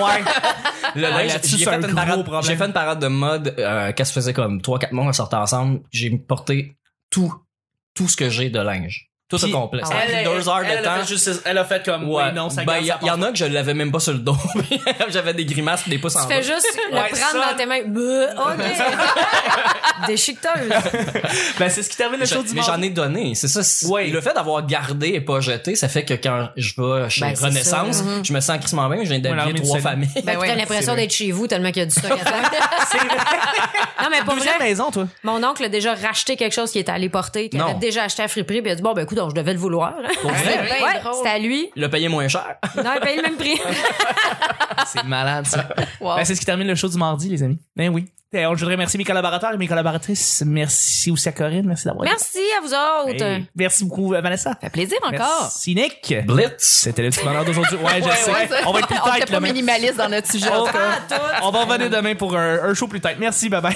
S3: le
S2: Ah,
S3: linge.
S2: là-dessus,
S3: J'ai
S2: c'est
S3: fait,
S2: un
S3: une
S2: gros
S3: parade-
S2: problème.
S3: j'ai fait une parade de mode euh, qu'elle se faisait comme 3-4 mois, on sortait ensemble. J'ai porté tout, tout ce que j'ai de linge, tout au
S2: Puis- ah
S3: complet. Ça a
S2: Elle,
S3: pris
S2: elle-
S3: deux heures
S2: elle
S3: de
S2: a
S3: temps.
S2: fait juste- elle a fait comme ouais,
S3: Ouais.
S2: non, ça
S3: ben,
S2: garde,
S3: il y,
S2: ça
S3: a- y en
S2: passe.
S3: a que je l'avais même pas sur le dos. J'avais des grimaces, pis des pouces en
S4: Tu
S3: bas.
S4: fais juste le
S2: Ouais,
S4: prendre
S2: ça-
S4: dans tes mains. Bleh, OK. Déchiqueteuse.
S2: Ben c'est ce qui termine le show
S3: Je-
S2: du
S3: mais j'en ai donné, c'est ça. c'est-
S2: Ouais.
S3: Le fait d'avoir gardé et pas jeté, ça fait que quand je vais chez
S4: Ben, c'est
S3: Renaissance,
S4: ça. Mhm.
S2: Mm-hmm.
S3: je me sens crissement bien, je viens
S2: Ouais, l'armée
S3: d'habiller
S2: du
S3: trois
S2: salut.
S3: familles.
S4: Ben,
S1: Ben
S4: puis
S1: ouais,
S4: t'as l'impression
S2: c'est
S4: d'être chez vous tellement qu'il y a du stock à faire. non, mais pour vrai,
S2: Deuxième maison toi.
S4: mon oncle a déjà racheté quelque chose qui était allé porter, qu'il
S3: Non.
S4: avait déjà acheté à friperie, puis il a dit, bon, ben, écoute, donc, je devais le vouloir.
S3: Pour
S1: Ouais,
S3: vrai,
S1: ben
S4: ouais,
S1: drôle.
S4: c'était à lui.
S3: le payer moins cher.
S4: Non, il paye le même prix.
S2: Ah, C'est malade ça.
S1: Wow.
S2: Ben, c'est ce qui termine le show du mardi, les amis. Ben oui. Eh, on- je voudrais remercier mes collaborateurs et mes collaboratrices. Merci aussi à Corinne. Merci d'avoir été.
S4: Merci à vous autres.
S2: Hey, Merci beaucoup, euh, Vanessa.
S1: fait plaisir encore.
S2: Merci, Nick.
S3: Blitz.
S2: C'était le petit bonheur d'aujourd'hui. Ouais, je sais.
S1: ouais,
S2: on va être plus
S1: On était
S2: tight,
S1: pas
S2: là, mais-
S1: minimaliste dans notre sujet.
S2: On va revenir demain pour un, un show plus tard. Merci, bye bye.